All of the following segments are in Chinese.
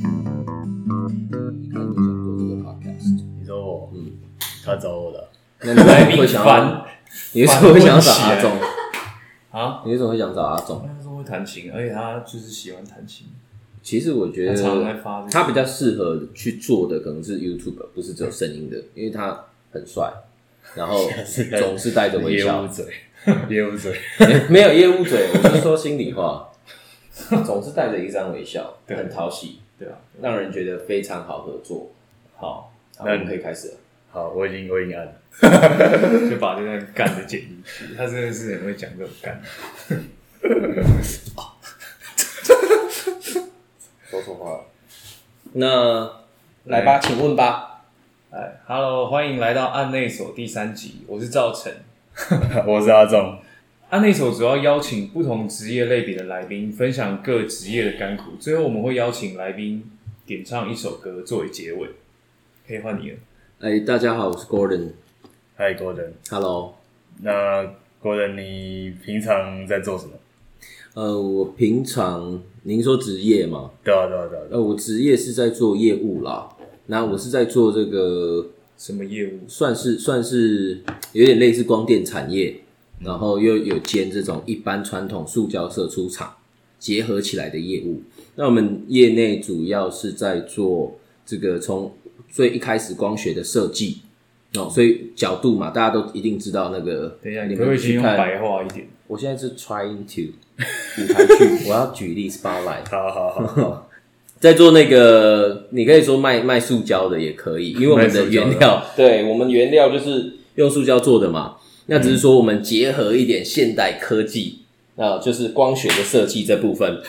一开始就想做这个 podcast，你说我，嗯，他找我的，那你为什么会想要烦？ 你为什么会想要找阿仲？啊！你为什么会想找阿仲？他说会弹琴，而且他就是喜欢弹琴，其实我觉他常常在得发这个他比较适合去做的可能是 YouTube，不是只有声音的，因为他很帅，然 后总是带着微业笑务，嘴， 业务嘴， 没有业务嘴，我是说心里话，总是带着一张微笑，对很讨喜，对 啊，让人觉得非常好合作。好，好，那我们可以开始了。好，我已经我已经按了，就把这段干的剪进去。他真的是很会讲这种干。说错话了。那来吧，请问吧。哎，Hello，欢迎来到案内所第三集，我是赵晨。 我是阿仲，案内所主要邀请不同职业类别的来宾，分享各职业的甘苦。最后我们会邀请来宾点唱一首歌作为结尾。可以换你了。哎，大家好，我是 Gordon。嗨，郭登， Hello，那郭登，你平常在做什么？呃，我平常您说职业嘛，对啊，对啊，对啊，对啊呃，我职业是在做业务啦。那我是在做这个，什么业务？算是算是有点类似光电产业，然后又有兼这种一般传统塑胶射出厂结合起来的业务。那我们业内主要是在做这个从最一开始光学的设计哦，所以角度嘛，大家都一定知道那个。等一下，你你可不可们以 先去用看。白话一点？我现在是 trying to 舞台剧， 我要举例 spotlight。啊好好 好，在做那个，你可以说卖卖塑胶的也可以，因为我们的原料，对我们原料就是用塑胶做的嘛。那只是说我们结合一点现代科技，啊、就是光学的设计这部分。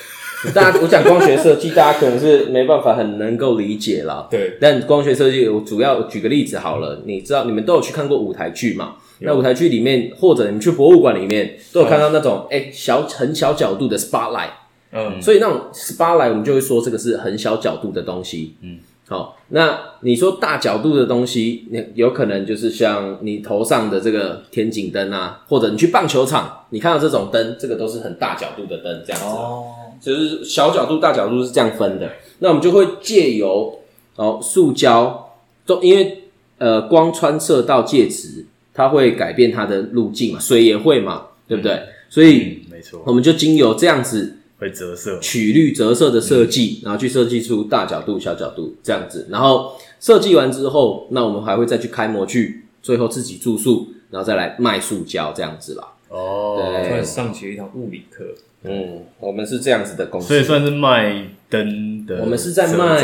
大家我讲光学设计，大家可能是没办法很能够理解啦。对，但光学设计，我主要举个例子好了，你知道你们都有去看过舞台剧嘛？那舞台剧里面，或者你们去博物馆里面，都有看到那种哎、小很小角度的 spotlight。嗯，所以那种 SPA 来，我们就会说这个是很小角度的东西。嗯，好，那你说大角度的东西，那有可能就是像你头上的这个天井灯啊，或者你去棒球场，你看到这种灯，这个都是很大角度的灯，这样子啊。哦，就是小角度、大角度是这样分的。那我们就会借由哦塑胶，都因为呃光穿射到介质，它会改变它的路径嘛，水也会嘛，对不对？所以嗯，没我错，们就经由这样子会折射，曲率折射的设计，然后去设计出大角度、小角度这样子。然后设计完之后，那我们还会再去开模具，最后自己注塑，然后再来卖塑胶这样子啦。哦突对，然上起了一堂物理课。嗯，我们是这样子的公司，所以算是卖灯的，我们是在卖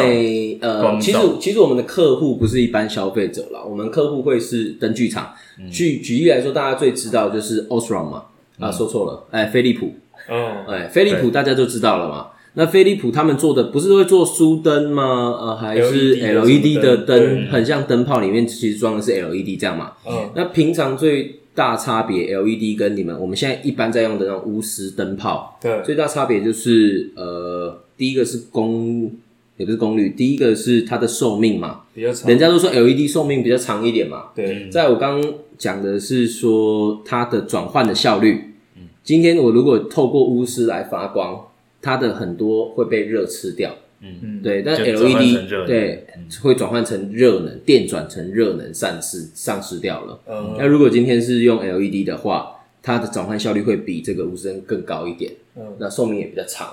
呃，光照其实其实我们的客户不是一般消费者啦，我们客户会是灯具厂。举举例来说，大家最知道就是 Osram 嘛，啊，说错了，哎，飞利浦，嗯，哎，飞利浦大家就知道了嘛。那飞利浦他们做的不是会做书灯吗？呃，还是 LED LED E 的的灯灯，很像灯泡里面其实装的是 LED 这样嘛。嗯，那平常最大差别 LED 跟你们我们现在一般在用的那种钨丝灯泡，对，最大差别就是呃，第一个是功也不是功率，第一个是它的寿命嘛。比较长人。家都说 LED 寿命比较长一点嘛，对，嗯在我刚刚讲的是说它的转换的效率。嗯今天我如果透过钨丝来发光，它的很多会被热吃掉。嗯，对，但就转换 LED 成热能嗯对会转换成热能，电转成热能散失丧失掉了。那嗯如果今天是用 LED 的话，它的转换效率会比这个钨丝灯更高一点，嗯，那寿命也比较长，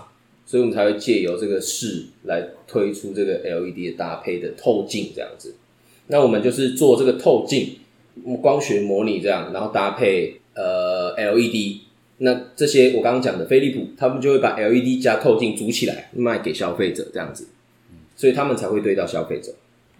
所以我们才会借由这个试来推出这个 LED 的搭配的透镜这样子。那我们就是做这个透镜嗯光学模拟这样，然后搭配呃 LED。那这些我刚刚讲的飞利浦，他们就会把 LED 加透镜组起来卖给消费者这样子，所以他们才会对到消费者。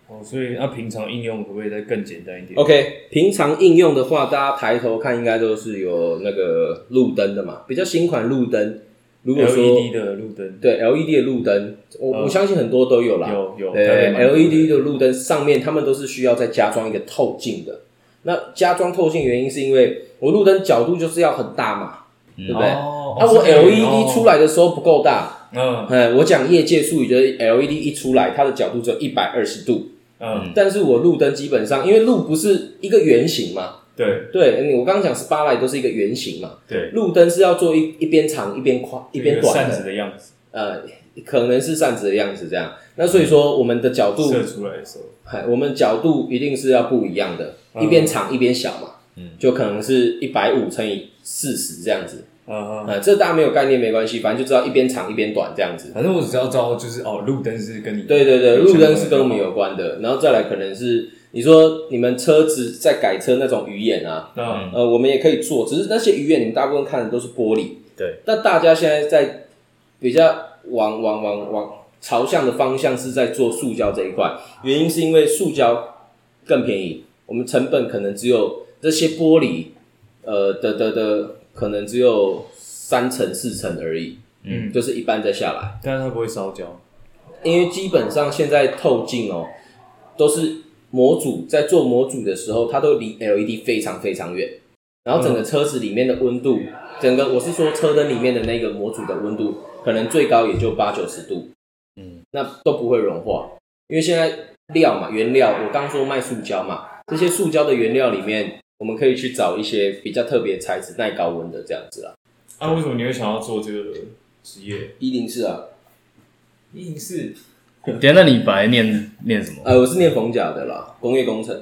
哦，所以那平常应用可不可以再更简单一点？ OK，平常应用的话，大家抬头看应该都是有那个路灯的嘛，比较新款路灯。如果说 LED E 的路灯对 LED 的路灯，我、嗯我相信很多都有啦。有有对 E 台北蛮多的 LED 的路灯上面，他们都是需要再加装一个透镜的。那加装透镜原因是因为我路灯角度就是要很大嘛，对不对？那、哦，我 LED 出来，来的时候不够大，嗯 E 哎、我讲业界术语就是 LED 一出来，它的角度只有一百二十度，嗯，但是我路灯基本上，因为路不是一个圆形嘛，对对，你我刚刚讲 spotlight 都是一个圆形嘛，对，路灯是要做一一边长一边宽一边个短扇子的，的样子呃，可能是扇子的样子这样。那所以说我们的角度，射出来的时候，哎，我们角度一定是要不一样的，嗯一边长一边小嘛，嗯，就可能是一百五乘以四十这样子，嗯，呃，这大家没有概念没关系，反正就知道一边长一边短这样子。反正我只要知道就是哦，路灯是跟你嗯对对对，有路相关灯的是跟我们有关的，然后再来可能是你说你们车子在改车那种鱼眼啊，嗯呃，我们也可以做，只是那些鱼眼你们大部分看的都是玻璃，对，但大家现在在比较往往往往朝向的方向是在做塑胶这一块，原因是因为塑胶更便宜，我们成本可能只有这些玻璃，呃的的的可能只有三成四成而已，嗯，就是一半再下来。但是它不会烧焦，因为基本上现在透镜哦，都是模组在做模组的时候，它都离 LED 非常非常远，然后整个车子里面的温度，整个我是说车灯里面的那个模组的温度，可能最高也就八九十度，嗯，那都不会融化，因为现在料嘛，原料我刚说卖塑胶嘛，这些塑胶的原料里面，我们可以去找一些比较特别材质耐高温的这样子啦，啊，为什么你会想要做这个职业？一零四啊，硬 是等一下，那你本来念念什么？呃，我是念逢甲的啦，工业工程，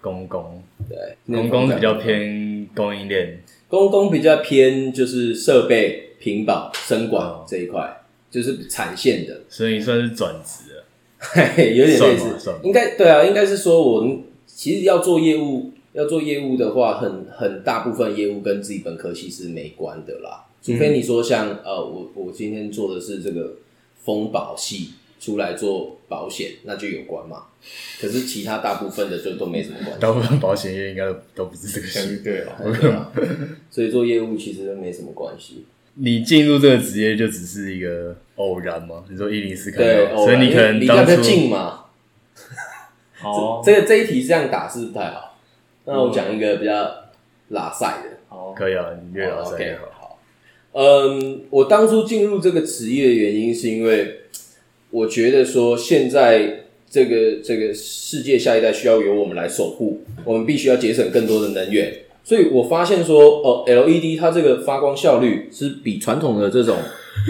公公，对，念公公逢甲比较偏供应链，公公比较偏就是设备、屏保、声管哦这一块，就是产线的， 所以算是转职了。嘿嘿有点类算吗似算吗。应该对啊，应该是说我们其实要做业务，要做业务的话，很很大部分业务跟自己本科系是没关的啦，除非你说像、呃，我我今天做的是这个风保系出来做保险，那就有关嘛。可是其他大部分的就都没什么关系。大部分保险业应该都都不是这个相系。对对 啊，对啊所以做业务其实都没什么关系。你进入这个职业就只是一个偶然吗？你说一零四看对，到，所以你可因为能离当他比较初近嘛。好这个这一题这样打是不太好。那我讲一个比较拉塞的，好，可以啊，你越老好三，OK，越好。好。嗯，我当初进入这个职业的原因是因为我觉得说现在这个这个世界下一代需要由我们来守护，我们必须要节省更多的能源。所以我发现说，哦、l e d 它这个发光效率是比传统的这 种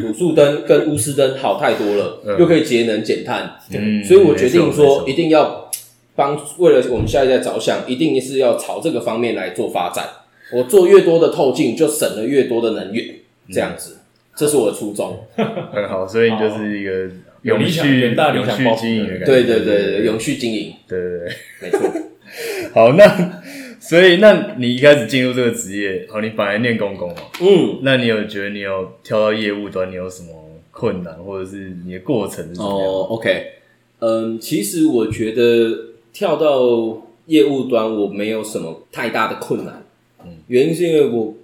卤素灯跟钨丝灯好太多了，嗯又可以节能减碳，嗯，所以我决定说，没一错定要帮为了我们下一代着想，一定是要朝这个方面来做发展。我做越多的透镜，就省了越多的能源，这样子，嗯这是我的初衷。没错很好，所以你就是一个有永理想续、远大理永想续抱负经营的感觉。对对对嗯对，永续经营，对对对。没错。 好，那所以那你一开始进入这个职业，好，你本来念公公嘛，嗯，那你有觉得你有跳到业务端，你有什么困难，或者是你的过程是怎么样？哦，OK，嗯，其实我觉得跳到业务端我没有什么太大的困难，嗯原因是因为我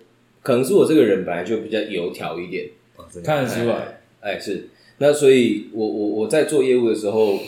可能是我这个人本来就比较油条一点。哦真的看得出来，哎，是。那所以我，我我在做业务的时候，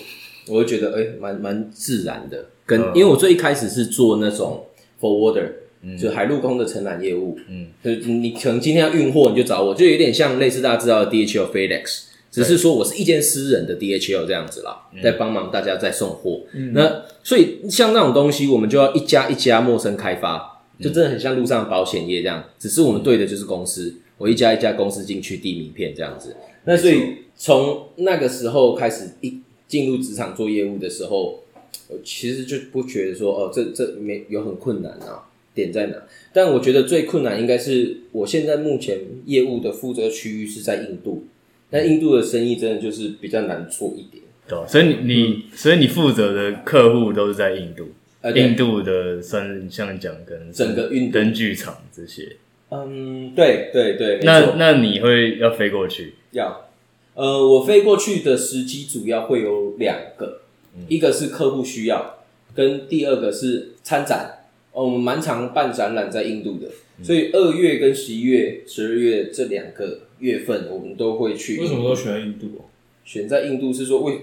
我会觉得哎，蛮蛮自然的。跟、嗯因为我最一开始是做那种 forwarder，、嗯就海陆空的承揽业务，嗯就是你可能今天要运货，你就找我，就有点像类似大家知道的 DHL、FedEx，只是说我是一间私人的 DHL 这样子啦，嗯在帮忙大家在送货。那所以像那种东西，我们就要一家一家陌生开发，嗯就真的很像路上的保险业这样，只是我们对的就是公司，我一家一家公司进去递名片这样子。那所以从那个时候开始，一进入职场做业务的时候，我其实就不觉得说哦，这这没有很困难啊，点在哪？但我觉得最困难应该是我现在目前业务的负责区域是在印度，那印度的生意真的就是比较难做一点。对啊所以你你、所以你负责的客户都是在印度，呃，对印度的算是像你讲跟整个运灯具厂这些，嗯，对对对，没那错，那你会要飞过去？要。呃，我飞过去的时机主要会有两个，嗯一个是客户需要，跟第二个是参展。哦，我们蛮常办展览在印度的，嗯所以二月跟十一月、十二月这两个月份，我们都会去。为什么都喜欢印度哦？选在印度是说为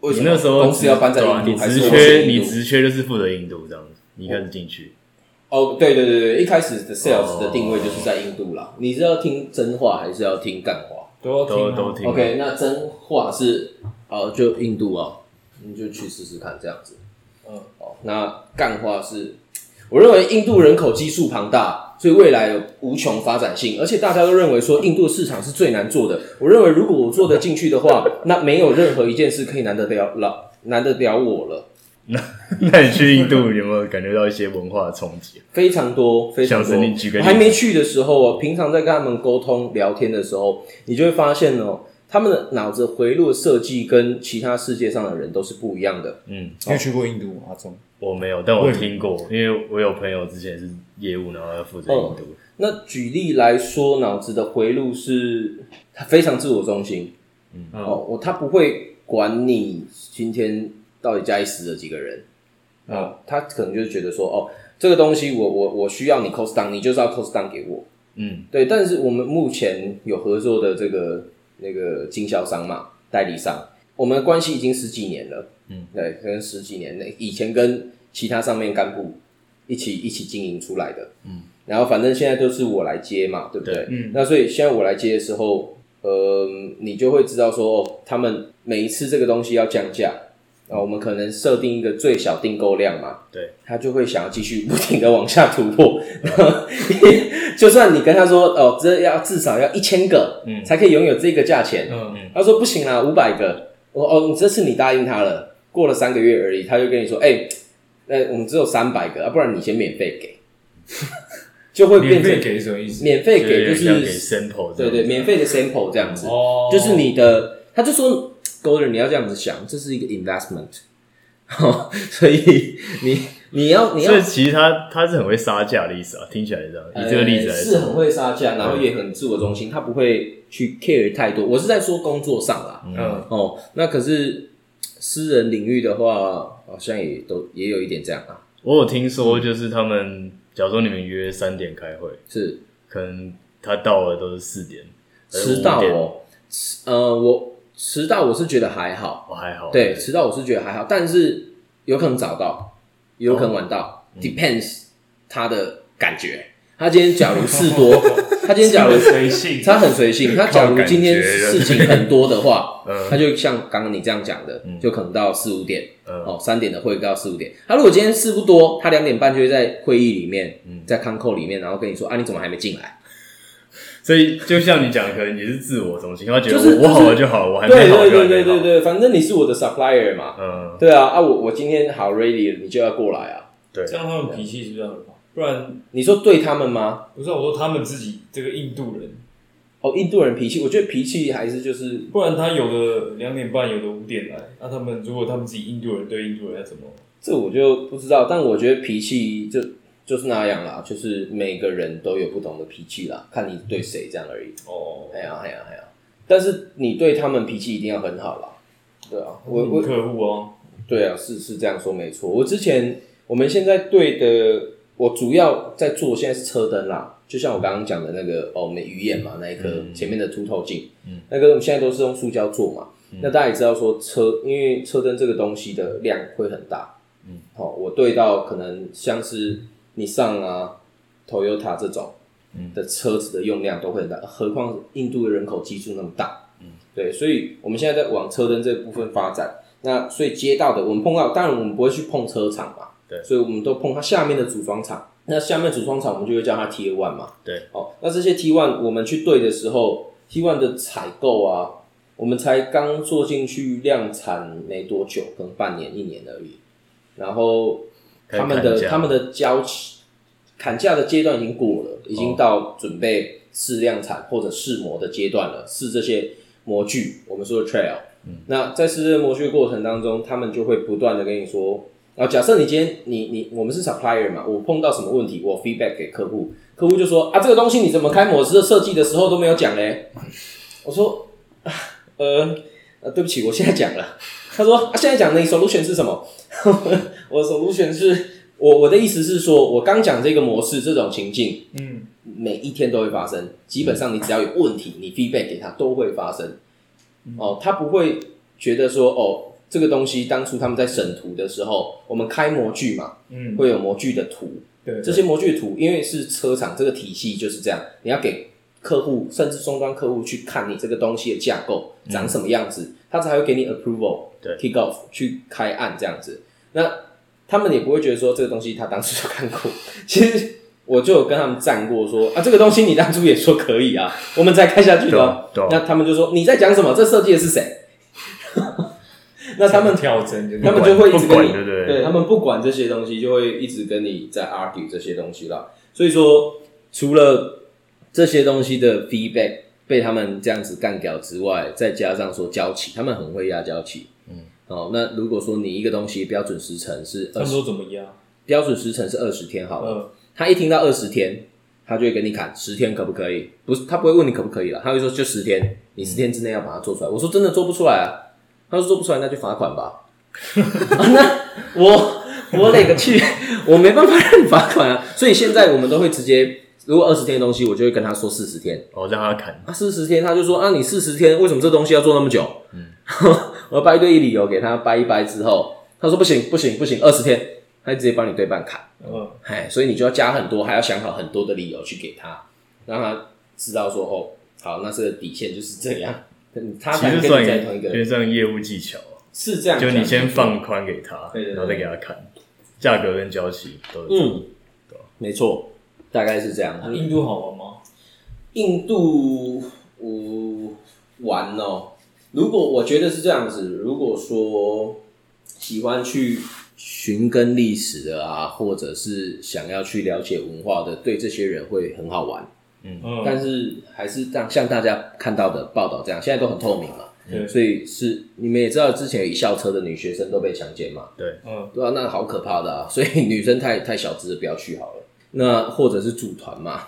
为什你么那时候公司要搬在对啊印度，还你是职我选缺印你度职缺就是负责印度这样子，你一开始进去，哦，对对对对，一开始的 sales 哦的定位就是在印度啦。你是要听真话还是要听干话都要都听啊都听。呃啊？OK，那真话是哦，就印度哦，你就去试试看这样子。嗯，哦，那干话是，我认为印度人口基数庞大，所以未来有无穷发展性，而且大家都认为说印度市场是最难做的。我认为如果我做得进去的话，那没有任何一件事可以难得了了难得了我了， 那你去印度有没有感觉到一些文化的冲击？非常多非常像多。是你举个我例还子，没去的时候啊，平常在跟他们沟通聊天的时候，你就会发现哦，他们的脑子回路的设计跟其他世界上的人都是不一样的。嗯，你有去过印度吗？阿忠，我没有，但我我也听过，因为我有朋友之前是业务，然后他负责印哦度，那举例来说，脑子的回路是它非常自我中心，嗯哦，我他不会管你今天到底家里死了几个人，嗯，他可能就觉得说，哦，这个东西我我我需要你 cost down，你就是要 cost down 给我，嗯，对。但是我们目前有合作的这个那个经销商嘛，代理商，我们的关系已经十几年了，嗯，对，可能十几年，那以前跟其他上面干部一起一起经营出来的，嗯，然后反正现在都是我来接嘛，对不对？对嗯那所以现在我来接的时候，呃，你就会知道说，哦他们每一次这个东西要降价，啊、我们可能设定一个最小订购量嘛，对，他就会想要继续不停的往下突破。 就算你跟他说，哦，这要至少要一千个，嗯才可以拥有这个价钱，嗯他说不行啦，五百个。我哦，你这次你答应他了，过了三个月而已，他就跟你说，哎、呃，我们只有三百个，啊、不然你先免费给， 就会变免费成给是什么意思？免费给就有点像给是 sample 这对样对，免费的 sample 这样子，哦，就是你的，他就说 Golden 你要这样子想，这是一个 investment，所以你你要你要所以其实他他是很会杀价的意思啊，听起来是这样。以这个例子来呃是说，很会杀价，然后也很自我中心，他不会去 care 太多。我是在说工作上啦，嗯，哦，那可是私人领域的话，好像也都也有一点这样啊，我有听说，就是他们，假如说你们约三点开会，是可能他到了都是四点，迟到还是五点，哦，迟呃，我迟到我是觉得还好，我还好。对，迟到我是觉得还好，但是有可能早到，有可能晚哦到、d 嗯 e p e n d s 他的感觉。他今天假如事 多，他今天假如随嗯 性，他很随性，他假如今天靠感觉事情很多的话， 嗯他就像刚刚你这样讲的，就可能到四五点，嗯哦，三点的会到四五点。他如果今天事不多，他两点半就会在会议里面，嗯在康扣里面，然后跟你说啊，你怎么还没进来？所以就像你讲的，可能也是自我中心，他觉得就是我我好了就是就好，我还没对好对就还对对没对好。对，反正你是我的 supplier 嘛，嗯，对啊啊，我我今天好 ready 了，你就要过来啊。对，这样他们脾气是不是很好？不然你说对他们吗？不是啊我说他们自己这个印度人，哦，印度人脾气，我觉得脾气还是就是不然他有的两点半，有的五点来，那他们如果他们自己印度人对印度人要怎么？这我就不知道，但我觉得脾气就就是那样啦，就是每个人都有不同的脾气啦，看你对谁这样而已。哦，哎呀哎呀哎呀！但是你对他们脾气一定要很好啦，对啊，我我客户哦，对啊，是是这样说没错。我之前我们现在对的，我主要在做现在是车灯啦，就像我刚刚讲的那个哦，我们鱼眼嘛那一颗、前面的凸透镜，嗯，那个我们现在都是用塑胶做嘛。那大家也知道说车，因为车灯这个东西的量会很大，嗯，好、我对到可能像是你上啊、Toyota 这种的车子的用量都会很大，何况印度的人口基数那么大，嗯，对，所以我们现在在往车灯这部分发展。那所以街道的我们碰到，当然我们不会去碰车厂嘛，对所以我们都碰它下面的组装厂。那下面组装厂我们就会叫它 T one 嘛，对，哦，那这些 T one 我们去对的时候，T one 的采购啊，我们才刚做进去量产没多久，可能半年一年而已。然后开始他们砍的价他们的交期砍价的阶段已经过了，已经到准备试量产或者试模的阶段了，试这些模具，我们说的 trail。那嗯在试这些模具的过程当中，他们就会不断的跟你说，然后假设你今天你你我们是 supplier 嘛，我碰到什么问题，我 feedback 给客户，客户就说啊这个东西你怎么开模式设计的时候都没有讲嘞？我说啊呃呃对不起，我现在讲了。他说啊现在讲的你 solution 是什么？ 我的 solution 是我我的意思是说，我刚讲这个模式这种情境，嗯，每一天都会发生。基本上你只要有问题，你 feedback 给他都会发生。哦，他不会觉得说哦，这个东西当初他们在审图的时候，我们开模具嘛，嗯，会有模具的图，对，这些模具的图，因为是车厂这个体系就是这样，你要给客户甚至终端客户去看你这个东西的架构长什么样子，他才会给你 approval，嗯对，kick off 去开案这样子。那他们也不会觉得说这个东西他当初就看过。其实我就有跟他们站过说啊，这个东西你当初也说可以啊，我们再看下去的哦。对啊对那啊他们就说你在讲什么？这设计的是谁？ 那他们跳针就是他们就会一直跟不管你，对不对他们不管这些东西，就会一直跟你在 argue 这些东西啦。所以说，除了这些东西的 feedback 被他们这样子干掉之外，再加上说交期，他们很会压交期。嗯，哦，那如果说你一个东西标准时程是他二们十，说怎么样？标准时程是二十天好了，呃，他一听到二十天，他就会跟你砍十天可不可以？不是，他不会问你可不可以了，他会说就十天，你十天之内要把它做出来。我说真的做不出来啊，他说做不出来那就罚款吧。啊那我我勒个去，我没办法让你罚款啊！所以现在我们都会直接，如果二十天的东西，我就会跟他说四十天。我让他砍，啊，四十天他就说啊，你四十天为什么这东西要做那么久？ 嗯，我掰一堆理由给他掰一掰之后，他说不行不行不行，二十天，他就直接帮你对半砍。呃，哎，所以你就要加很多，还要想好很多的理由去给他，让他知道说哦，好，那这个底线就是这样。 嗯他其才实跟算你一在个同一有个点像业务技巧啊，是这样就讲，你先放宽给他，对对对然后再给他砍，价格跟交期都是嗯，没错，大概是这样的。嗯印度好玩吗？印度我玩哦，如果我觉得是这样子，如果说喜欢去寻根历史的啊，或者是想要去了解文化的，对这些人会很好玩。嗯，但是还是这样，像大家看到的报道这样，现在都很透明嘛，对，所以是你们也知道，之前有一校车的女学生都被强奸嘛，对，嗯，对啊，那好可怕的啊， 所以女生太太小只的不要去好了。那或者是组团嘛，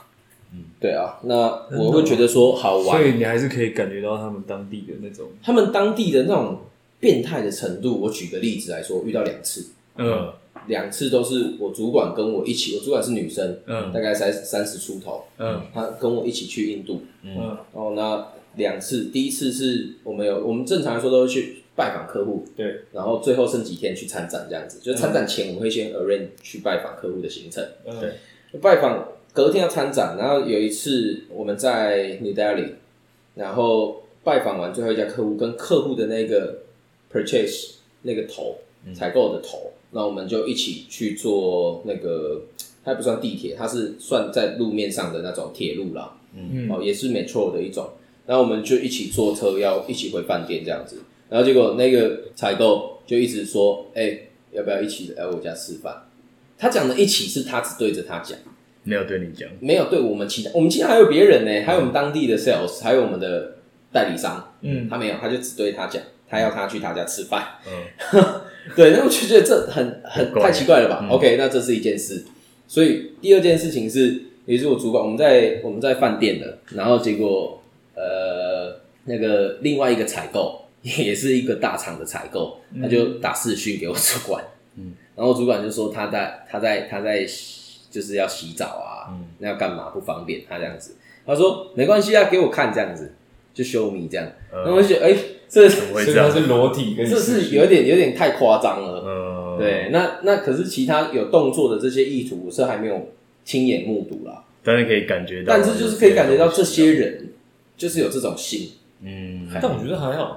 嗯，对啊，那我会觉得说好所玩，以你还是可以感觉到他们当地的那种，他们当地的那种变态的程度，我举个例子来说，遇到两次，嗯两次都是我主管跟我一起，我主管是女生，嗯大概三三十出头，嗯她跟我一起去印度，嗯，哦，那两次，第一次是我们有我们正常来说都会去拜访客户，对，然后最后剩几天去参展这样子，就是参展前我们会先 arrange 去拜访客户的行程，嗯拜访隔天要参展，然后有一次我们在 New Delhi，然后拜访完最后一家客户，跟客户的那个 purchase 那个头采购的头，那我们就一起去坐那个，它也不算地铁，它是算在路面上的那种铁路啦，嗯哦，也是 Metro 的一种。然后我们就一起坐车，要一起回饭店这样子。然后结果那个采购就一直说：“哎、要不要一起来我家吃饭？”他讲的“一起”是他只对着他讲，没有对你讲，没有对我们其他。我们其他还有别人呢，还有我们当地的 sales，还有我们的代理商，嗯，他没有，他就只对他讲，他要他去他家吃饭。嗯， 对，那我就觉得这很很很怪太奇怪了吧、嗯 o k 那这是一件事。所以第二件事情是，也是我主管，我们在我们在饭店的，然后结果呃，那个另外一个采购也是一个大厂的采购，他就打视讯给我主管，嗯，然后主管就说他在他在他在洗就是要洗澡啊，嗯那要干嘛不方便，他这样子，他说没关系啊，给我看这样子，就 show me 这样，嗯然后我就觉得哎、这怎么所会以这他样？是裸体跟你这是视有讯点有点太夸张了，嗯，对，，那那可是其他有动作的这些意图，我是还没有亲眼目睹啦。但是可以感觉到，但是就是可以感觉到这些，人就是有这种心，嗯，但我觉得还好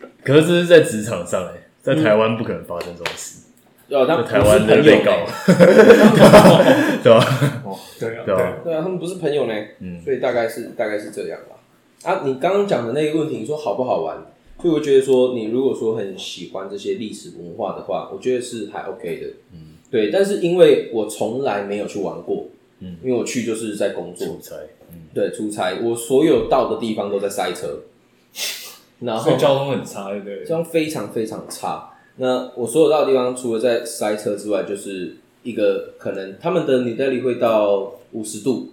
吧，可是这是在职场上哎、在台湾不可能发生这种事，哦，他在们台不是湾朋的友被呢告，对吧？哦，对啊，对啊啊，对啊，他们不是朋友呢，嗯所以大概是大概是这样吧。啊，你刚刚讲的那个问题，你说好不好玩？所以我觉得说，你如果说很喜欢这些历史文化的话，我觉得是还 OK 的。嗯，对，但是因为我从来没有去玩过，嗯，因为我去就是在工作，主裁，嗯，对，出差，我所有到的地方都在塞车，然后所以交通很差，对不这对？样非常非常差。那我所有到的地方，除了在塞车之外，就是一个可能他们的 New Delhi 会到五十度，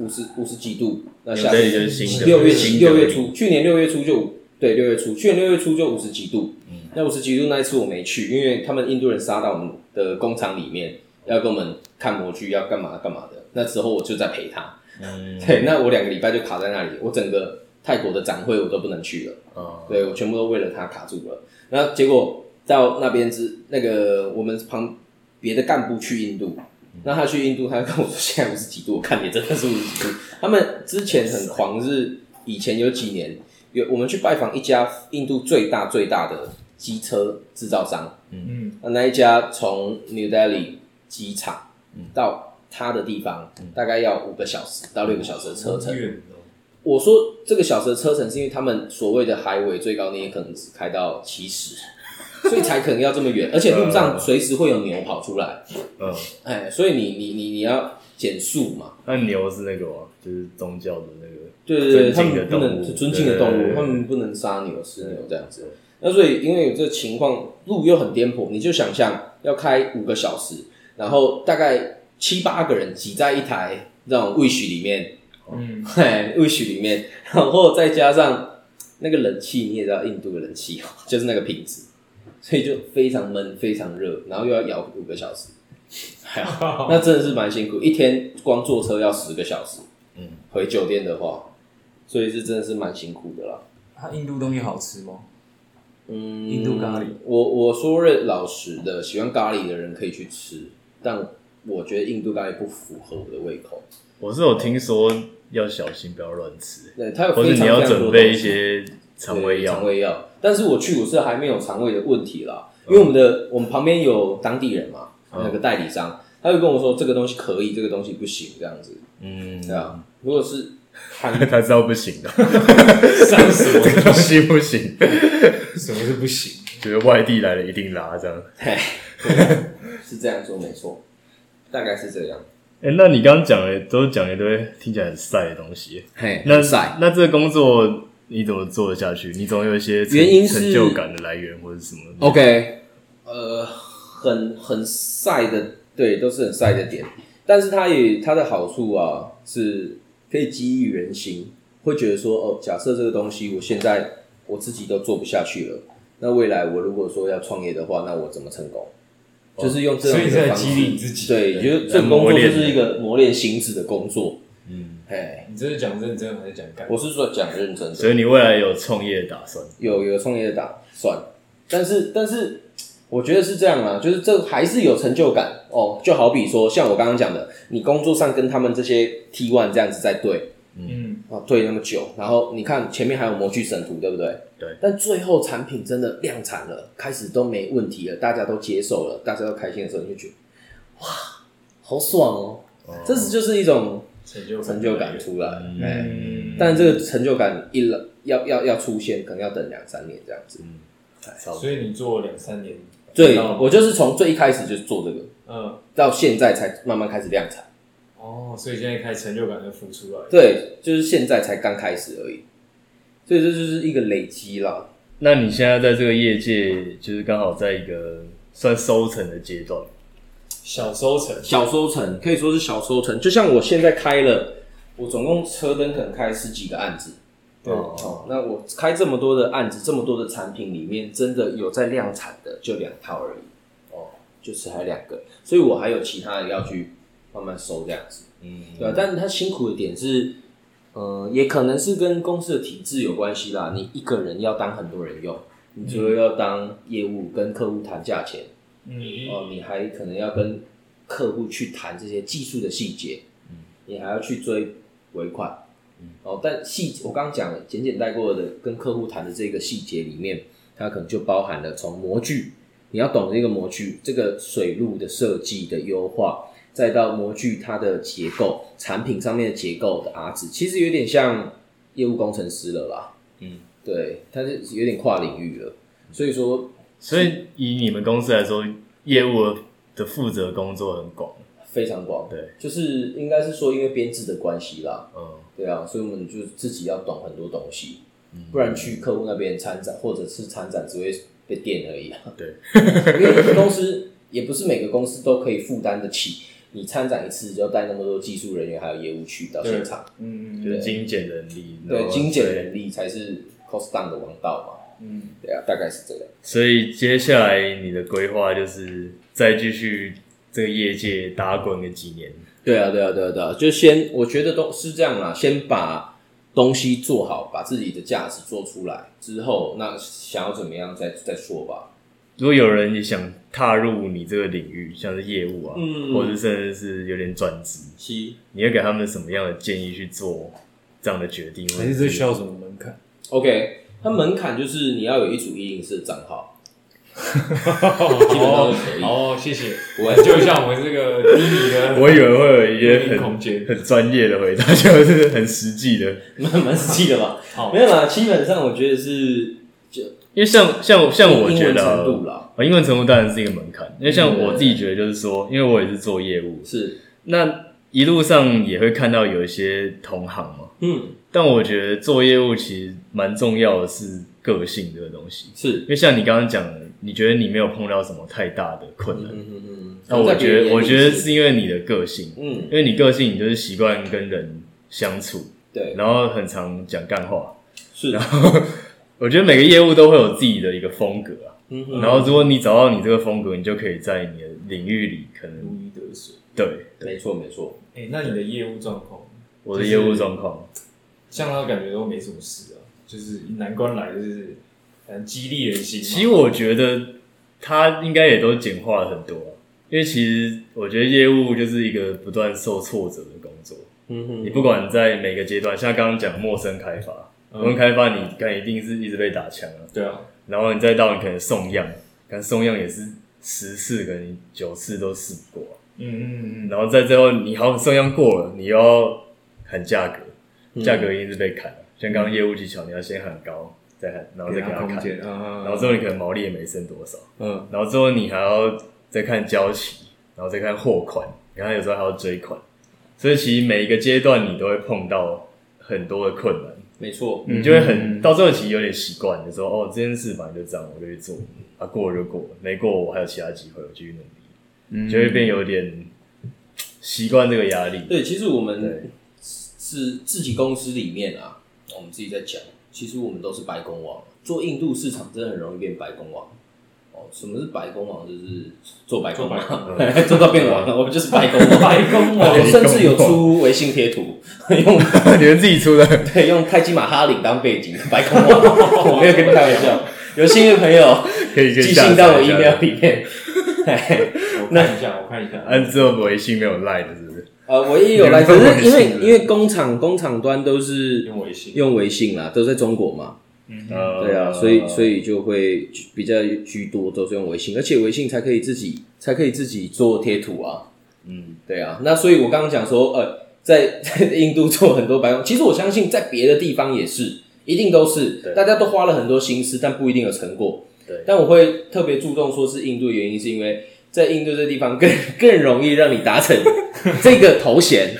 五十五十几度，那夏这里就是新的六月新的六月初，去年六月初就五对六月初，去年六月初就五十几度。那五十几度那一次我没去，因为他们印度人杀到我们的工厂里面，要跟我们看模具，要干嘛干嘛的。那时候我就在陪他，嗯对，那我两个礼拜就卡在那里，我整个泰国的展会我都不能去了。啊，对我全部都为了他卡住了。然后结果到那边之那个我们旁别的干部去印度，那他去印度，他跟我说现在五十几度，我看你真的是五十几度。他们之前很狂是以前有几年有我们去拜访一家印度最大最大的机车制造商，嗯，那那一家从 New Delhi 机场到他的地方，大概要五个小时到六个小时的车程。远哦，我说这个小时的车程，是因为他们所谓的海尾最高，你也可能只开到七十，所以才可能要这么远，而且路上随时会有牛跑出来，嗯，哎，所以你你你你要减速嘛，那牛是那个吗？就是宗教的那个，对对对，他尊敬的们不能动物尊敬的动对物，对对他们不能杀牛吃牛这样子。那所以因为有这个情况，路又很颠簸，你就想象要开五个小时，然后大概七八个人挤在一台那种 wish 里面，哦嗯，嘿，wish 里面，然后再加上那个冷气，你也知道印度的冷气哦，就是那个品质，所以就非常闷，非常热，然后又要摇五个小时，还好，那真的是蛮辛苦，一天光坐车要十个小时，嗯，回酒店的话，所以是真的是蛮辛苦的啦。它印度东西好吃吗？嗯，印度咖喱，我我说认老实的，喜欢咖喱的人可以去吃，但我觉得印度咖喱不符合我的胃口。我是有听说要小心，不要乱吃，对，它有或者非你常要非常多准的备一东西些肠胃肠药。胃药。但是我去我是还没有肠胃的问题啦，因为我们的我们旁边有当地人嘛，嗯那个代理商，他就跟我说这个东西可以，这个东西不行，这样子，嗯， 对啊。如果是韩他知道不行的，上什这个么东西不行， 什么是不行？觉得外地来的一定拉这样。 嘿，是这样说没错，大概是这样。哎、那你刚刚讲的都讲一堆听起来很晒的东西，嘿那晒那这个工作你怎么做得下去？你总有一些成原因是成就感的来源或者什么 OK，呃，很很晒的，对，都是很晒的点，但是它也它的好处啊，是可以激励人心，会觉得说，哦，假设这个东西我现在我自己都做不下去了，那未来我如果说要创业的话，那我怎么成功？就是用这种所以在方式激励你自己对，对觉得这个工来磨作就练是一个磨练心智的工作。嗯，哎，你这是讲认真还是讲干？我是说讲认真的，所以你未来有创业打算？有有创业的打算，但是但是我觉得是这样啊，就是这还是有成就感哦。就好比说，像我刚刚讲的，你工作上跟他们这些 T one 这样子在对嗯，啊对那么久，然后你看前面还有模具审图，对不对？对但最后产品真的量产了，开始都没问题了，大家都接受了，大家都开心的时候，你就觉得哇，好爽哦！这是就是一种成就成就感出来，嗯哎、嗯，但这个成就感一来要要要出现，可能要等两三年这样子。差不多所以你做了两三年，对，到我就是从最一开始就做这个，嗯，到现在才慢慢开始量产。哦，所以现在开始成就感就浮出来，对，就是现在才刚开始而已，所以这就是一个累积啦。那你现在在这个业界，就是刚好在一个算收成的阶段，小收成，小收成可以说是小收成，就像我现在开了，我总共车灯可能开十几个案子。对哦，那我开这么多的案子，这么多的产品里面，真的有在量产的就两套而已。哦，就是还两个，所以我还有其他的要去慢慢收这样子。嗯，对啊，但是他辛苦的点是，呃，也可能是跟公司的体制有关系啦。你一个人要当很多人用，你除了要当业务跟客户谈价钱，嗯，哦，你还可能要跟客户去谈这些技术的细节，你还要去追尾款，哦，但细我刚刚讲了，简简带过的跟客户谈的这个细节里面，它可能就包含了从模具，你要懂这个模具，这个水路的设计的优化，再到模具它的结构，产品上面的结构的 R 值，其实有点像业务工程师了啦，嗯，对，它是有点跨领域了，所以说所以以你们公司来说，业务的负责工作很广，非常广，对，就是应该是说因为编制的关系啦，嗯，对啊，所以我们就自己要懂很多东西，不然去客户那边参展或者是参展只会被电而已啊。对， 因为公司也不是每个公司都可以负担得起，你参展一次就要带那么多技术人员还有业务去到现场，嗯就嗯是精简人力，然对，后精简人力才是 cost down 的王道嘛。嗯，对啊，大概是这样。所以接下来你的规划就是再继续这个业界打滚个几年。对啊，对啊，对啊，对啊，就先我觉得都是这样啦，先把东西做好，把自己的价值做出来之后，那想要怎么样再再说吧。如果有人也想踏入你这个领域，像是业务啊，嗯或者甚至是有点转职，七你会给他们什么样的建议去做这样的决定？还是这需要什么门槛？ OK，它门槛就是你要有一组一零四的账号，基本上都可以。哦，谢谢，不会就像我们这个低迷的我以为会有一低些迷很空间。很专业的回答，就是很实际的。蛮蛮实际的吧 好？没有啦，基本上我觉得是因为像像像我英觉文得程度啊，啦，哦英文程度当然是一个门槛。因为像嗯我自己觉得，就是说，因为我也是做业务，是那一路上也会看到有一些同行嘛。嗯但我觉得做业务其实蛮重要的是个性这个东西，是因为像你刚刚讲的，你觉得你没有碰到什么太大的困嗯难，嗯嗯，那我觉得我觉得是因为你的个性，嗯因为你个性你就是习惯跟人相处， 对然后很常讲干话。是，我觉得每个业务都会有自己的一个风格啊，嗯然后如果你找到你这个风格，你就可以在你的领域里可能如鱼得水。对没错没错，哎、那你的业务状况，我的业务状况，像他感觉都没什么事啊，就是难关来就是很激励人心嘛。其实我觉得他应该也都简化了很多啊、因为其实我觉得业务就是一个不断受挫折的工作，嗯你哼，不管在每个阶段，像刚刚讲陌生开发，嗯陌生开发你看一定是一直被打枪啊，对啊，然后你再到你可能送样，可能送样也是十次可能九次都试不过啊、嗯嗯嗯嗯，然后在最后你好送样过了，你又要喊价格，嗯嗯价格一定是被砍、啊。像刚刚业务技巧，你要先喊高，再喊，然后再给给他他空砍，间啊，然后之后你可能毛利也没剩多少，嗯，然后之后你还要再看交期，然后再看货款，然后有时候还要追款，所以其实每一个阶段你都会碰到很多的困难，没错，你就会嗯很到最后其实有点习惯，就说哦这件事反正就这样，我就去做，啊过了就过，没过我还有其他机会，我继续努力，就会变有点习惯这个压力。对，其实我们对是自己公司里面啊，我们自己在讲，其实我们都是白宫王，做印度市场真的很容易变白宫王。哦，什么是白宫王？就是做白工嘛做白，做到变王了，我们就是白宫王。白宫王我甚至有出微信贴图，用 你们自己 出的，对用泰姬玛哈林当背景，白宫王，我没有跟你开玩笑。有兴趣的朋友可以寄去信下载一下到我 email 里面。嘿我看一下，我看一下，啊按之后微信没有赖的，是不是？呃，我也有来，你可们是因为用微信是不是因为工厂工厂端都是用微信，用微信啦，都在中国嘛，呃对啊，所以所 以就会比较居多都是用微信，而且微信才可以自己才可以自己做贴图啊，嗯，对啊，那所以我刚刚讲说，呃，在 在印度做很多白工，其实我相信在别的地方也是，一定都是对大家都花了很多心思，但不一定有成果。对但我会特别注重说是印度的原因，是因为在印度这地方更 更容易让你达成这个头衔。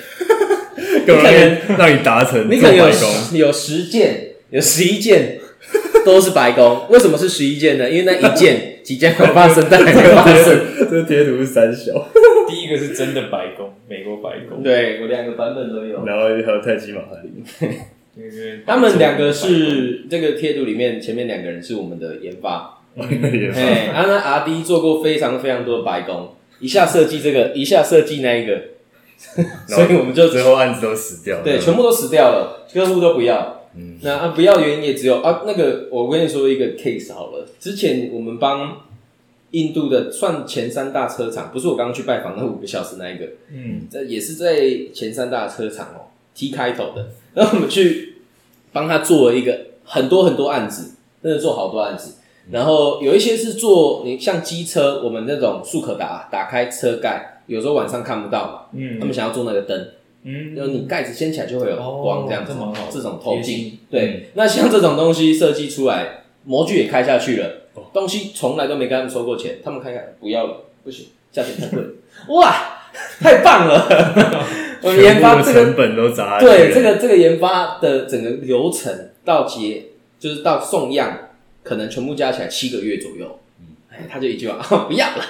更容易让你达成你可做能有白 工。十有十件，有十一件都是白宫。为什么是十一件呢？因为那一件即将会发 生，但还没发生。这贴图是三小，第一个是真的白宫，美国白宫，对我两个版本都有。然后还有泰姬玛哈林，那个他们两个是这个贴图里面前面两个人是我们的研发，也是哎，啊那 R D 做过非常非常多的白宫，一下设计这个，一下设计那一个，然后所以我们就最后案子都死掉了。对，全部都死掉了，客户都不要。那啊，不要的原因也只有啊，那个我跟你说一个 case 好了，之前我们帮印度的算前三大车厂，不是我刚刚去拜访那五个小时那一个，嗯，这也是在前三大车厂哦，T 开头的，然后我们去帮他做了一个很多很多案子，真的做好多案子。然后有一些是做你像机车，我们那种速可达打开车盖，有时候晚上看不到嘛，嗯他们想要做那个灯，嗯就是你盖子掀起来就会有光哦这样子，这蛮好这种透贴镜心。嗯对，那像这种东西设计出来，模具也开下去了，哦东西从来都没跟他们收过钱，他们看看不要了，不行，价钱太 贵了，哇，太棒了！我们研全部发的这个成，本都砸下去了对这个这个研发的整个流程到结，就是到送样，可能全部加起来七个月左右。哎，他就一句话，不要了。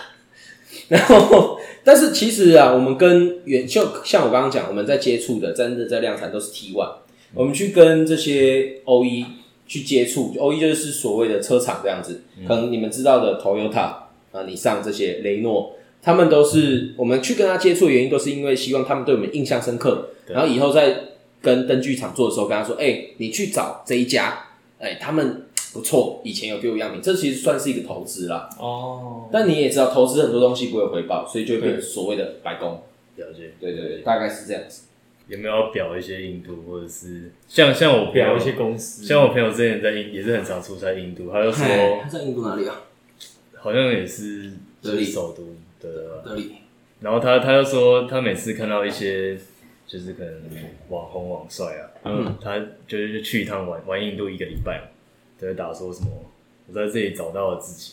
然后，但是其实啊，我们跟原就像我刚刚讲，我们在接触的，真的在量产都是 T one，我们去跟这些 O E 去接触，O E 就是所谓的车厂这样子，可能你们知道的 Toyota 啊，你上这些雷诺，他们都是我们去跟他接触的原因，都是因为希望他们对我们印象深刻，然后以后在跟灯具厂做的时候，跟他说，哎、你去找这一家，哎、他们不错，以前有给我样品，这其实算是一个投资啦。哦，但你也知道，投资很多东西不会有回报，所以就会变对成所谓的白宫。了解。对对对，大概是这样子。有没有要表一些印度，或者是像像我朋友表一些，公司，像我朋友之前在印也是很常出差印度，他就哎说他在印度哪里啊？好像也是德里首都啊的，这里然后他他就说，他每次看到一些就是可能网红网帅啊，嗯，他就是去一趟玩玩印度一个礼拜，他就打说什么，我在这里找到了自己，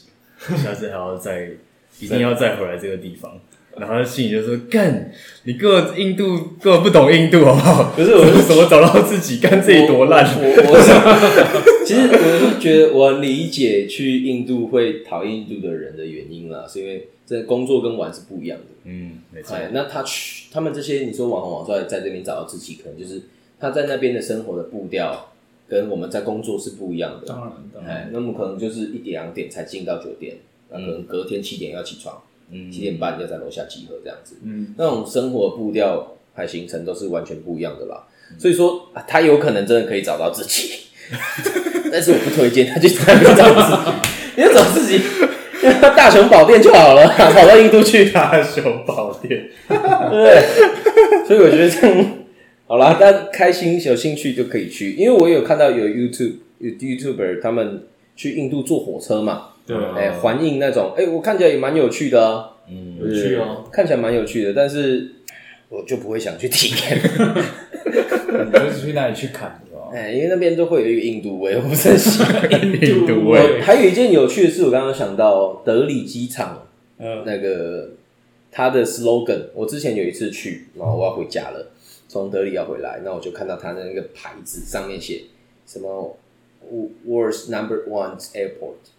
下次还要再一定要再回来这个地方。然后他心里就说：“干，你给我印度，给我不懂印度好不好？可是我 怎么找到自己？干自己多烂我我我是，其实我是觉得我很理解去印度会讨厌印度的人的原因啦，是因为这工作跟玩是不一样的。！”嗯，没错，哎，那他去他们这些你说网红网帅在这边找到自己，可能就是他在那边的生活的步调跟我们在工作是不一样的。当然，当然，哎，那么可能就是一点两点才进到酒店，那可能隔天七点要起床，嗯七点半要在楼下集合这样子。嗯，那种生活步调还行程都是完全不一样的啦。所以说、啊他有可能真的可以找到自己， 但是我不推荐他去那边找自己，你要找自己，因为他大雄宝殿就好了，跑到印度去。大雄宝殿，对， 所以我觉得这样好啦，大家开心有兴趣就可以去，因为我有看到有 YouTube 有 YouTuber 他们去印度坐火车嘛，对啊，哎、环印那种，哎、我看起来也蛮有趣的啊，嗯，有趣哦，看起来蛮有趣的，但是我就不会想去体验， 你就是去那里去砍的哦，哎、因为那边都会有一个印度味，我不是很喜欢。印度味味，还有一件有趣的事，我刚刚想到哦德里机场嗯，那个它的 slogan，我之前有一次去，然后我要回家了，从德里要回来，那我就看到它的那个牌子上面写什么 “World's Number One Airport”，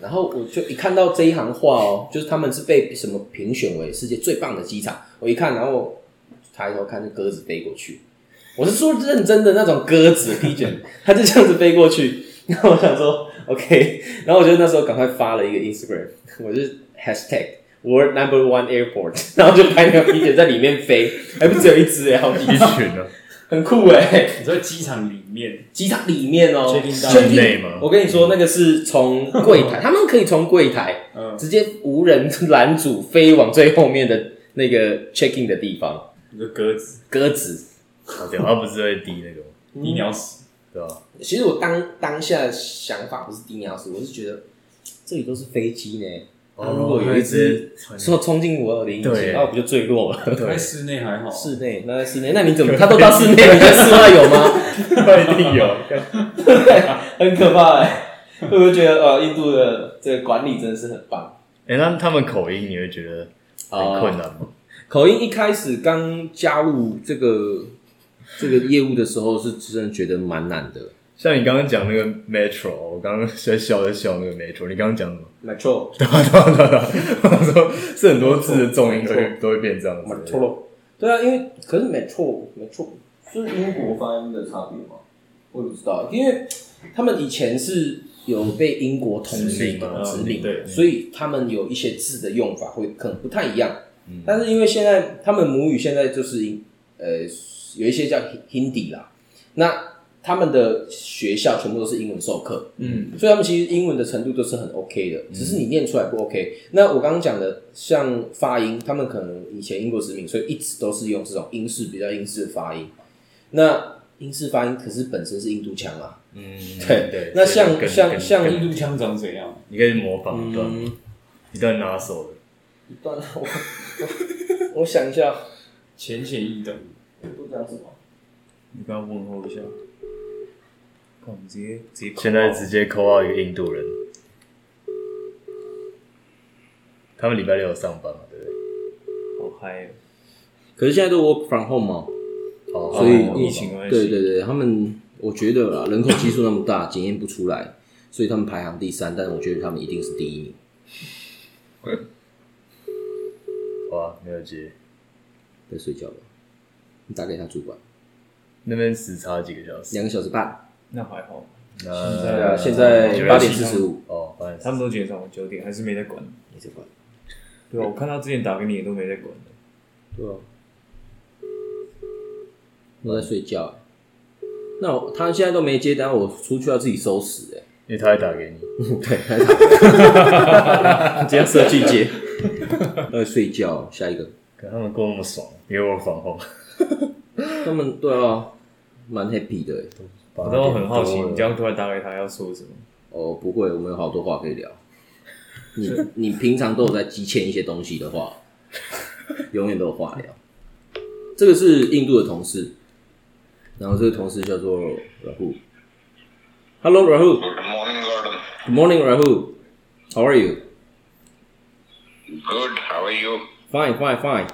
然后我就一看到这一行话哦，就是他们是被什么评选为世界最棒的机场，我一看，然后抬头看那鸽子飞过去，我是说认真的那种鸽子 pigeon，它就这样子飞过去，然后我想说 OK，然 后我就那时候赶快发了一个 Instagram，我就是 hashtag。World Number One Airport，然 后就拍那个 pigeon 在里面飞，还不只有一只哎，好几一只，群啊，很酷哎、你在机场里面，机场里面哦、确定到确定室内吗我跟你说，那个是从柜台，他们可以从柜台嗯，直接无人 拦阻飞往最后面的那个 check in 的地方。你的鸽子，鸽子，啊对，他不是会滴那个吗，你鸟屎，对吧？其实我当当下的想法不是低鸟死，我是觉得这里都是飞机呢。那如果有一只哦说冲进我二零一七，对那我不就坠落了？在室内还 好，室内，那在室内，那你 怎么他都到室内，你在室外有吗？一定有， 哦很可怕哎、欸！我就觉得呃，印度的这个管理真的是很棒。哎，那他们口音你会觉得很困难吗？哦口音一开始刚加入这个这个业务的时候，是真的觉得蛮难的。像你刚刚讲那个 metro，我哦刚刚在笑在笑那个 metro，你刚刚讲什么？ 没错，对啊对啊对啊对啊，我说是很多字的重音都会都会变这样没子。错。对啊，因为可是没错，没错，就是英国发音的差别吗？我也不知道，因为他们以前是有被英国统治的指指领嘛令，对所以他们有一些字的用法会可能不太一样。嗯但是因为现在他们母语现在就是英呃有一些叫 Hindi 啦，那他们的学校全部都是英文授课，嗯，所以他们其实英文的程度都是很 OK 的，只是你念出来不 OK。那我刚刚讲的像发音，他们可能以前英国殖民，所以一直都是用这种英式比较英式的发音。那英式发音可是本身是印度腔啊，嗯，对那像所以更像更像更印度腔长怎样？你可以模仿一段嗯，一段拿手的，一段啊我我我想一下，浅显易懂，我讲什么？你刚刚问候一下，看我们直接直接扣现在直接扣到一个印度人，他们礼拜六有上班嘛，对不对？好嗨哦，可是现在都 work from home 嘛，哦所以哦疫情关系对对对，他们我觉得啦，人口基数那么大，检验不出来，所以他们排行第三，但我觉得他们一定是第一名。哇，没有接，在睡觉了，你打给他主管，那边时差几个小时？两个小时半。呃那还好，那对啊现在9八点四十五，哦，八点他们都几点上班？九点还是没在管？没在管。对啊，我看他之前打给你也都没在管的，对啊，我在睡觉欸、那我他现在都没接单，我出去要自己收拾哎、因为他会打给你。对，还是直接设计接，在睡觉。下一个，可他们过那么爽，因为我防 控。他们对啊，蛮 happy 的、欸。我我都很好奇，你这样突然打给他要说什么？哦，不会，我们有好多话可以聊。你你平常都有在积欠一些东西的话， 永远都有话聊。这个是印度的同事，然后这个同事叫做 Rahul。Hello Rahul, Good morning, Gordon. good morning Rahul, how are you? Good. How are you? Fine, fine, fine.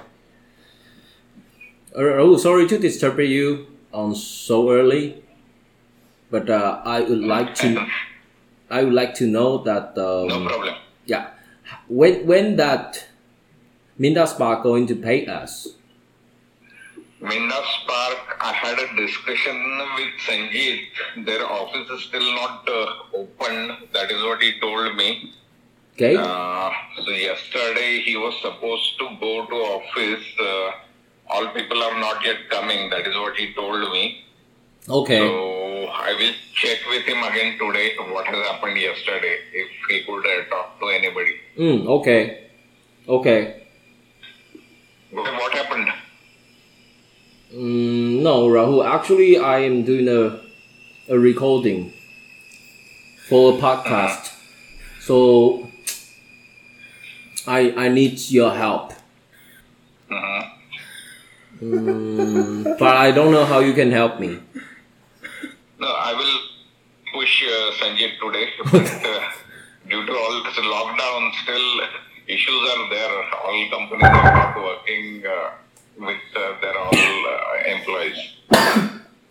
Uh, Rahul, sorry to disturb you on so early, but uh, I would like to I would like to know that um, No problem. Yeah. When when that Minda Spa going to pay us? Mindas Park. I had a discussion with Sanjeev. Their office is still not uh, open. That is what he told me. Okay. Uh, so yesterday he was supposed to go to office. Uh, all people are not yet coming. That is what he told me. okay. So I will check with him again today. What has happened yesterday? If he could uh, talk to anybody. Mm, okay. Okay. What happened? Mm, no, Rahul. Actually, I am doing a a recording for a podcast, so I I need your help. Mhm. Mm, but I don't know how you can help me. No, I will push uh, Sanjay today, but uh, due to all this lockdown, still issues are there. All companies are not working uh, with uh, their all uh, employees,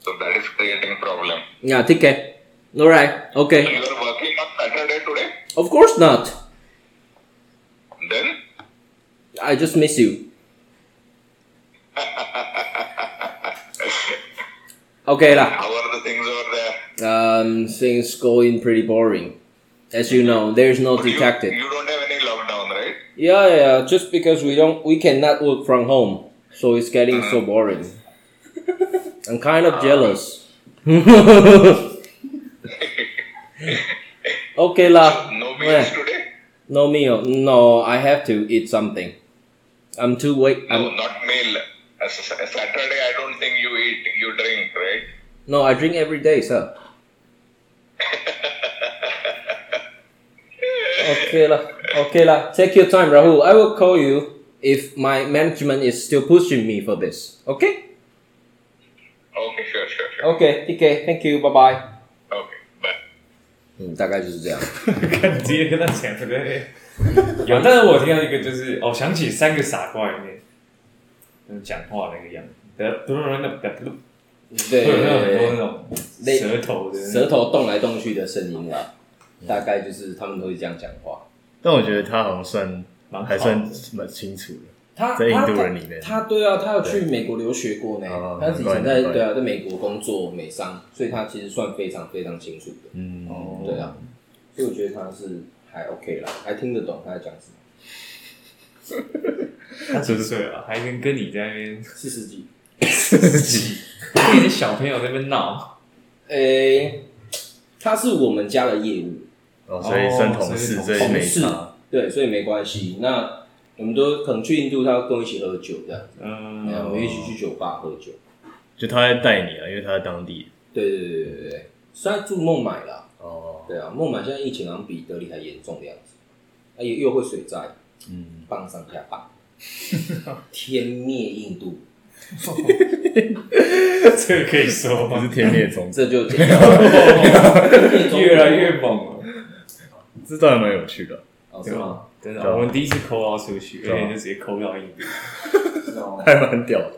so that is creating problem. Yeah. Take care. All right. Okay. You are working on Saturday today, Of course not. then I just miss you. okay lah. how are the things over there? Um, things going pretty boring. As you know, there's no You, detected. you don't have any lockdown, right? Yeah, yeah. Just because we don't, we cannot work from home, so it's getting Mm. so boring. I'm kind Uh. of jealous. okay lah. No Ah, Yeah. meals today. No meal. No, I have to eat something. I'm too wait. No, I'm, not meal. Uh, s- s- Saturday, I don't think you eat, you drink, right? no, I drink every day, sir. Okay lah. Okay lah. Take your time, Rahul. I will call you if my management is still pushing me for this. Okay? Okay, sure, sure, sure. Okay, TK. Thank you. Bye bye. Oh. Okay, bye. 嗯，大概就是这样。看直接跟他讲对不对？有，但是我听到一个就是，哦，想起三个傻瓜里面，嗯，讲话那个样子，得嘟嘟嘟嘟嘟嘟，对会有那很 多那种对舌头的舌头动来动去的声音啦，大概就是他们都会这样讲话。但我觉得他好像算蛮好还算蛮清楚的，他在印他度人里面他他对啊，他有去美国留学过呢哦。他以前难怪在难怪对啊，在美国工作美商，所以他其实算非常非常清楚的。嗯，哦对啊，所以我觉得他是还 OK 啦，还听得懂他在讲什么。他几岁了，还跟跟你在那边四十几，自己跟你的小朋友在那边闹，诶、他是我们家的业务哦，所以算同事，哦所所以以同没事差，，对，所以没关系。那我们都可能去印度，他会跟我一起喝酒这样，嗯，嗯，我们一起去酒吧喝酒。就他在带你啊，因为他在当地对对对对对对，虽然住孟买啦，哦，对啊，孟买现在疫情好像比德里还严重的样子，啊，也又会水灾，嗯，棒上下棒，天灭印度，这个可以说不是吗？天灭中， 这这就剪掉了越来越猛了，这倒还蛮有趣的，哦，是对吗？吗？真对的，啊我们第一次抠到出去，对啊而且就直接抠到印度，哦还蛮屌的，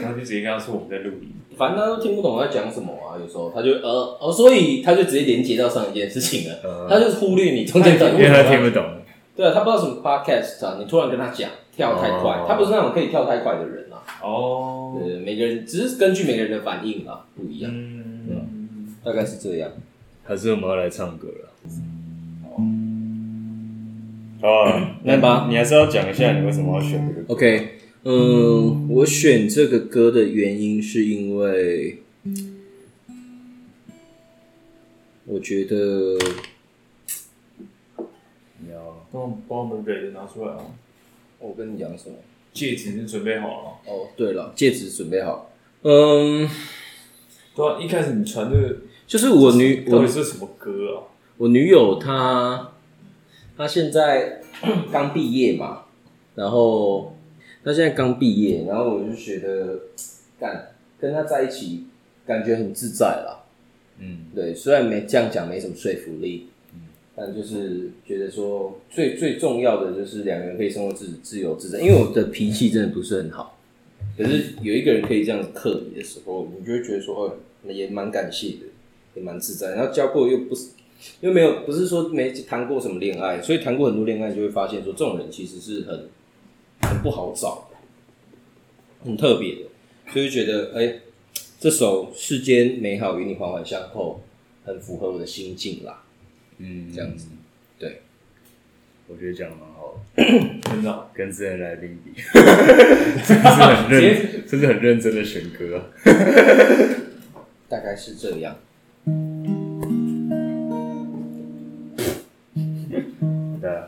然后就直接跟他说我们在录音，反正他都听不懂我在讲什么啊，有时候他就呃哦，所以他就直接连接到上一件事情了，嗯他就是忽略你中间的因因为为他听不懂，对啊，他不知道什么 podcast 啊，你突然跟他讲跳太快，哦他不是那种可以跳太快的人啊。哦，对，每个人只是根据每个人的反应啊，不一样，嗯，大概是这样。还是我们要来唱歌了。哦好啊，来吧你还是要讲一下你为什么要选这个歌。 OK，嗯，我选这个歌的原因是因为我觉得你要帮我帮我们蕊的拿出来啊，哦我跟你讲什么？戒指已经准备好了。哦，对了，戒指准备好。嗯，对啊，一开始你传这个就是我女到我底是什么歌啊？我女友她，她他现在 刚毕业嘛，然后他现在刚毕业，然后我就觉得干跟他在一起感觉很自在啦。嗯，对，虽然没这样讲没什么说服力，但就是觉得说最最重要的就是两个人可以生活自自由自在，因为我的脾气真的不是很好，可是有一个人可以这样克你的时候，你就会觉得说，哦，也蛮感谢的，也蛮自在。然后交过又不是又没有不是说没谈过什么恋爱，所以谈过很多恋爱就会发现说，这种人其实是很很不好找的，很特别的，所以就觉得哎。这首《世间美好与你环环相扣》很符合我的心境啦。嗯，这样子，对，我觉得这样蛮好的，真的哦，跟之前来宾比， 真是很认，真是很认真的选歌啊。大概是这样。对啊，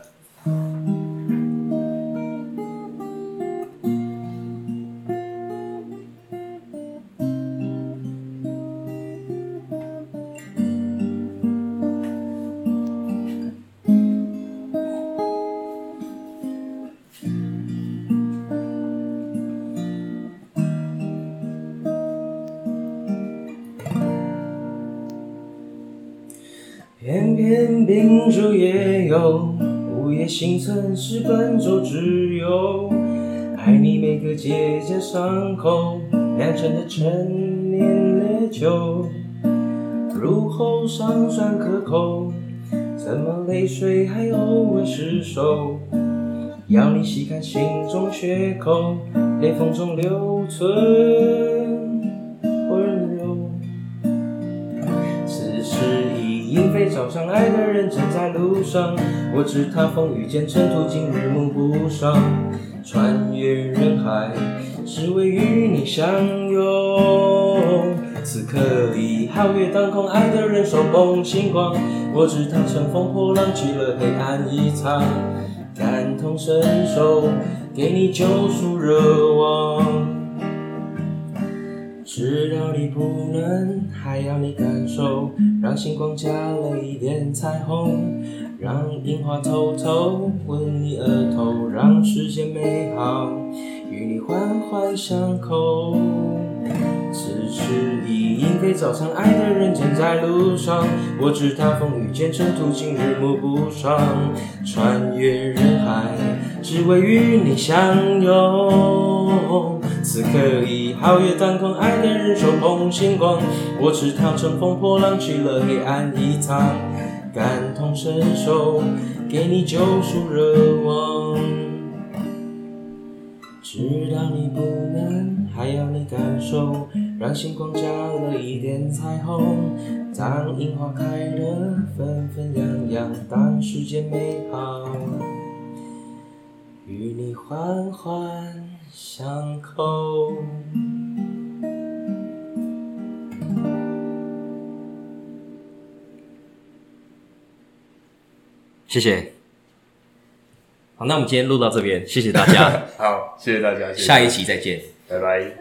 偏偏秉烛夜游，午夜星辰是本州之友。爱你每个结痂伤口，酿成的陈年烈酒，入喉尚算可口，怎么泪水还偶尔失手？要你细看心中缺口，裂缝中留存温柔。此时已莺飞草长，爱的人正在路上。我知他风雨兼程，途经日暮不赏，穿越人海，只为与你相拥。此刻里皓月当空，爱的人手捧星光。我知他乘风破浪，去了黑暗一场，感同身受，给你救赎热望。知道你不能，还要你感受，让星光加了一点彩虹，让樱花偷偷吻你额头，让世界美好与你环环相扣。此时已莺飞草长，爱的人正在路上。我知他风雨兼程，途经日暮不赏，穿越人海，只为与你相拥。此刻已皓月当空，爱的人手捧星光。我知他乘风破浪，去了黑暗一趟，感同身受，给你救赎热望。知道你不能，还要你感受，让星光加了一点彩虹，当樱花开得纷纷扬扬，当世界美好与你环环相扣。谢谢。好，那我们今天录到这边，谢谢大家。好，谢谢大家，谢谢下一期再见。拜拜。耶！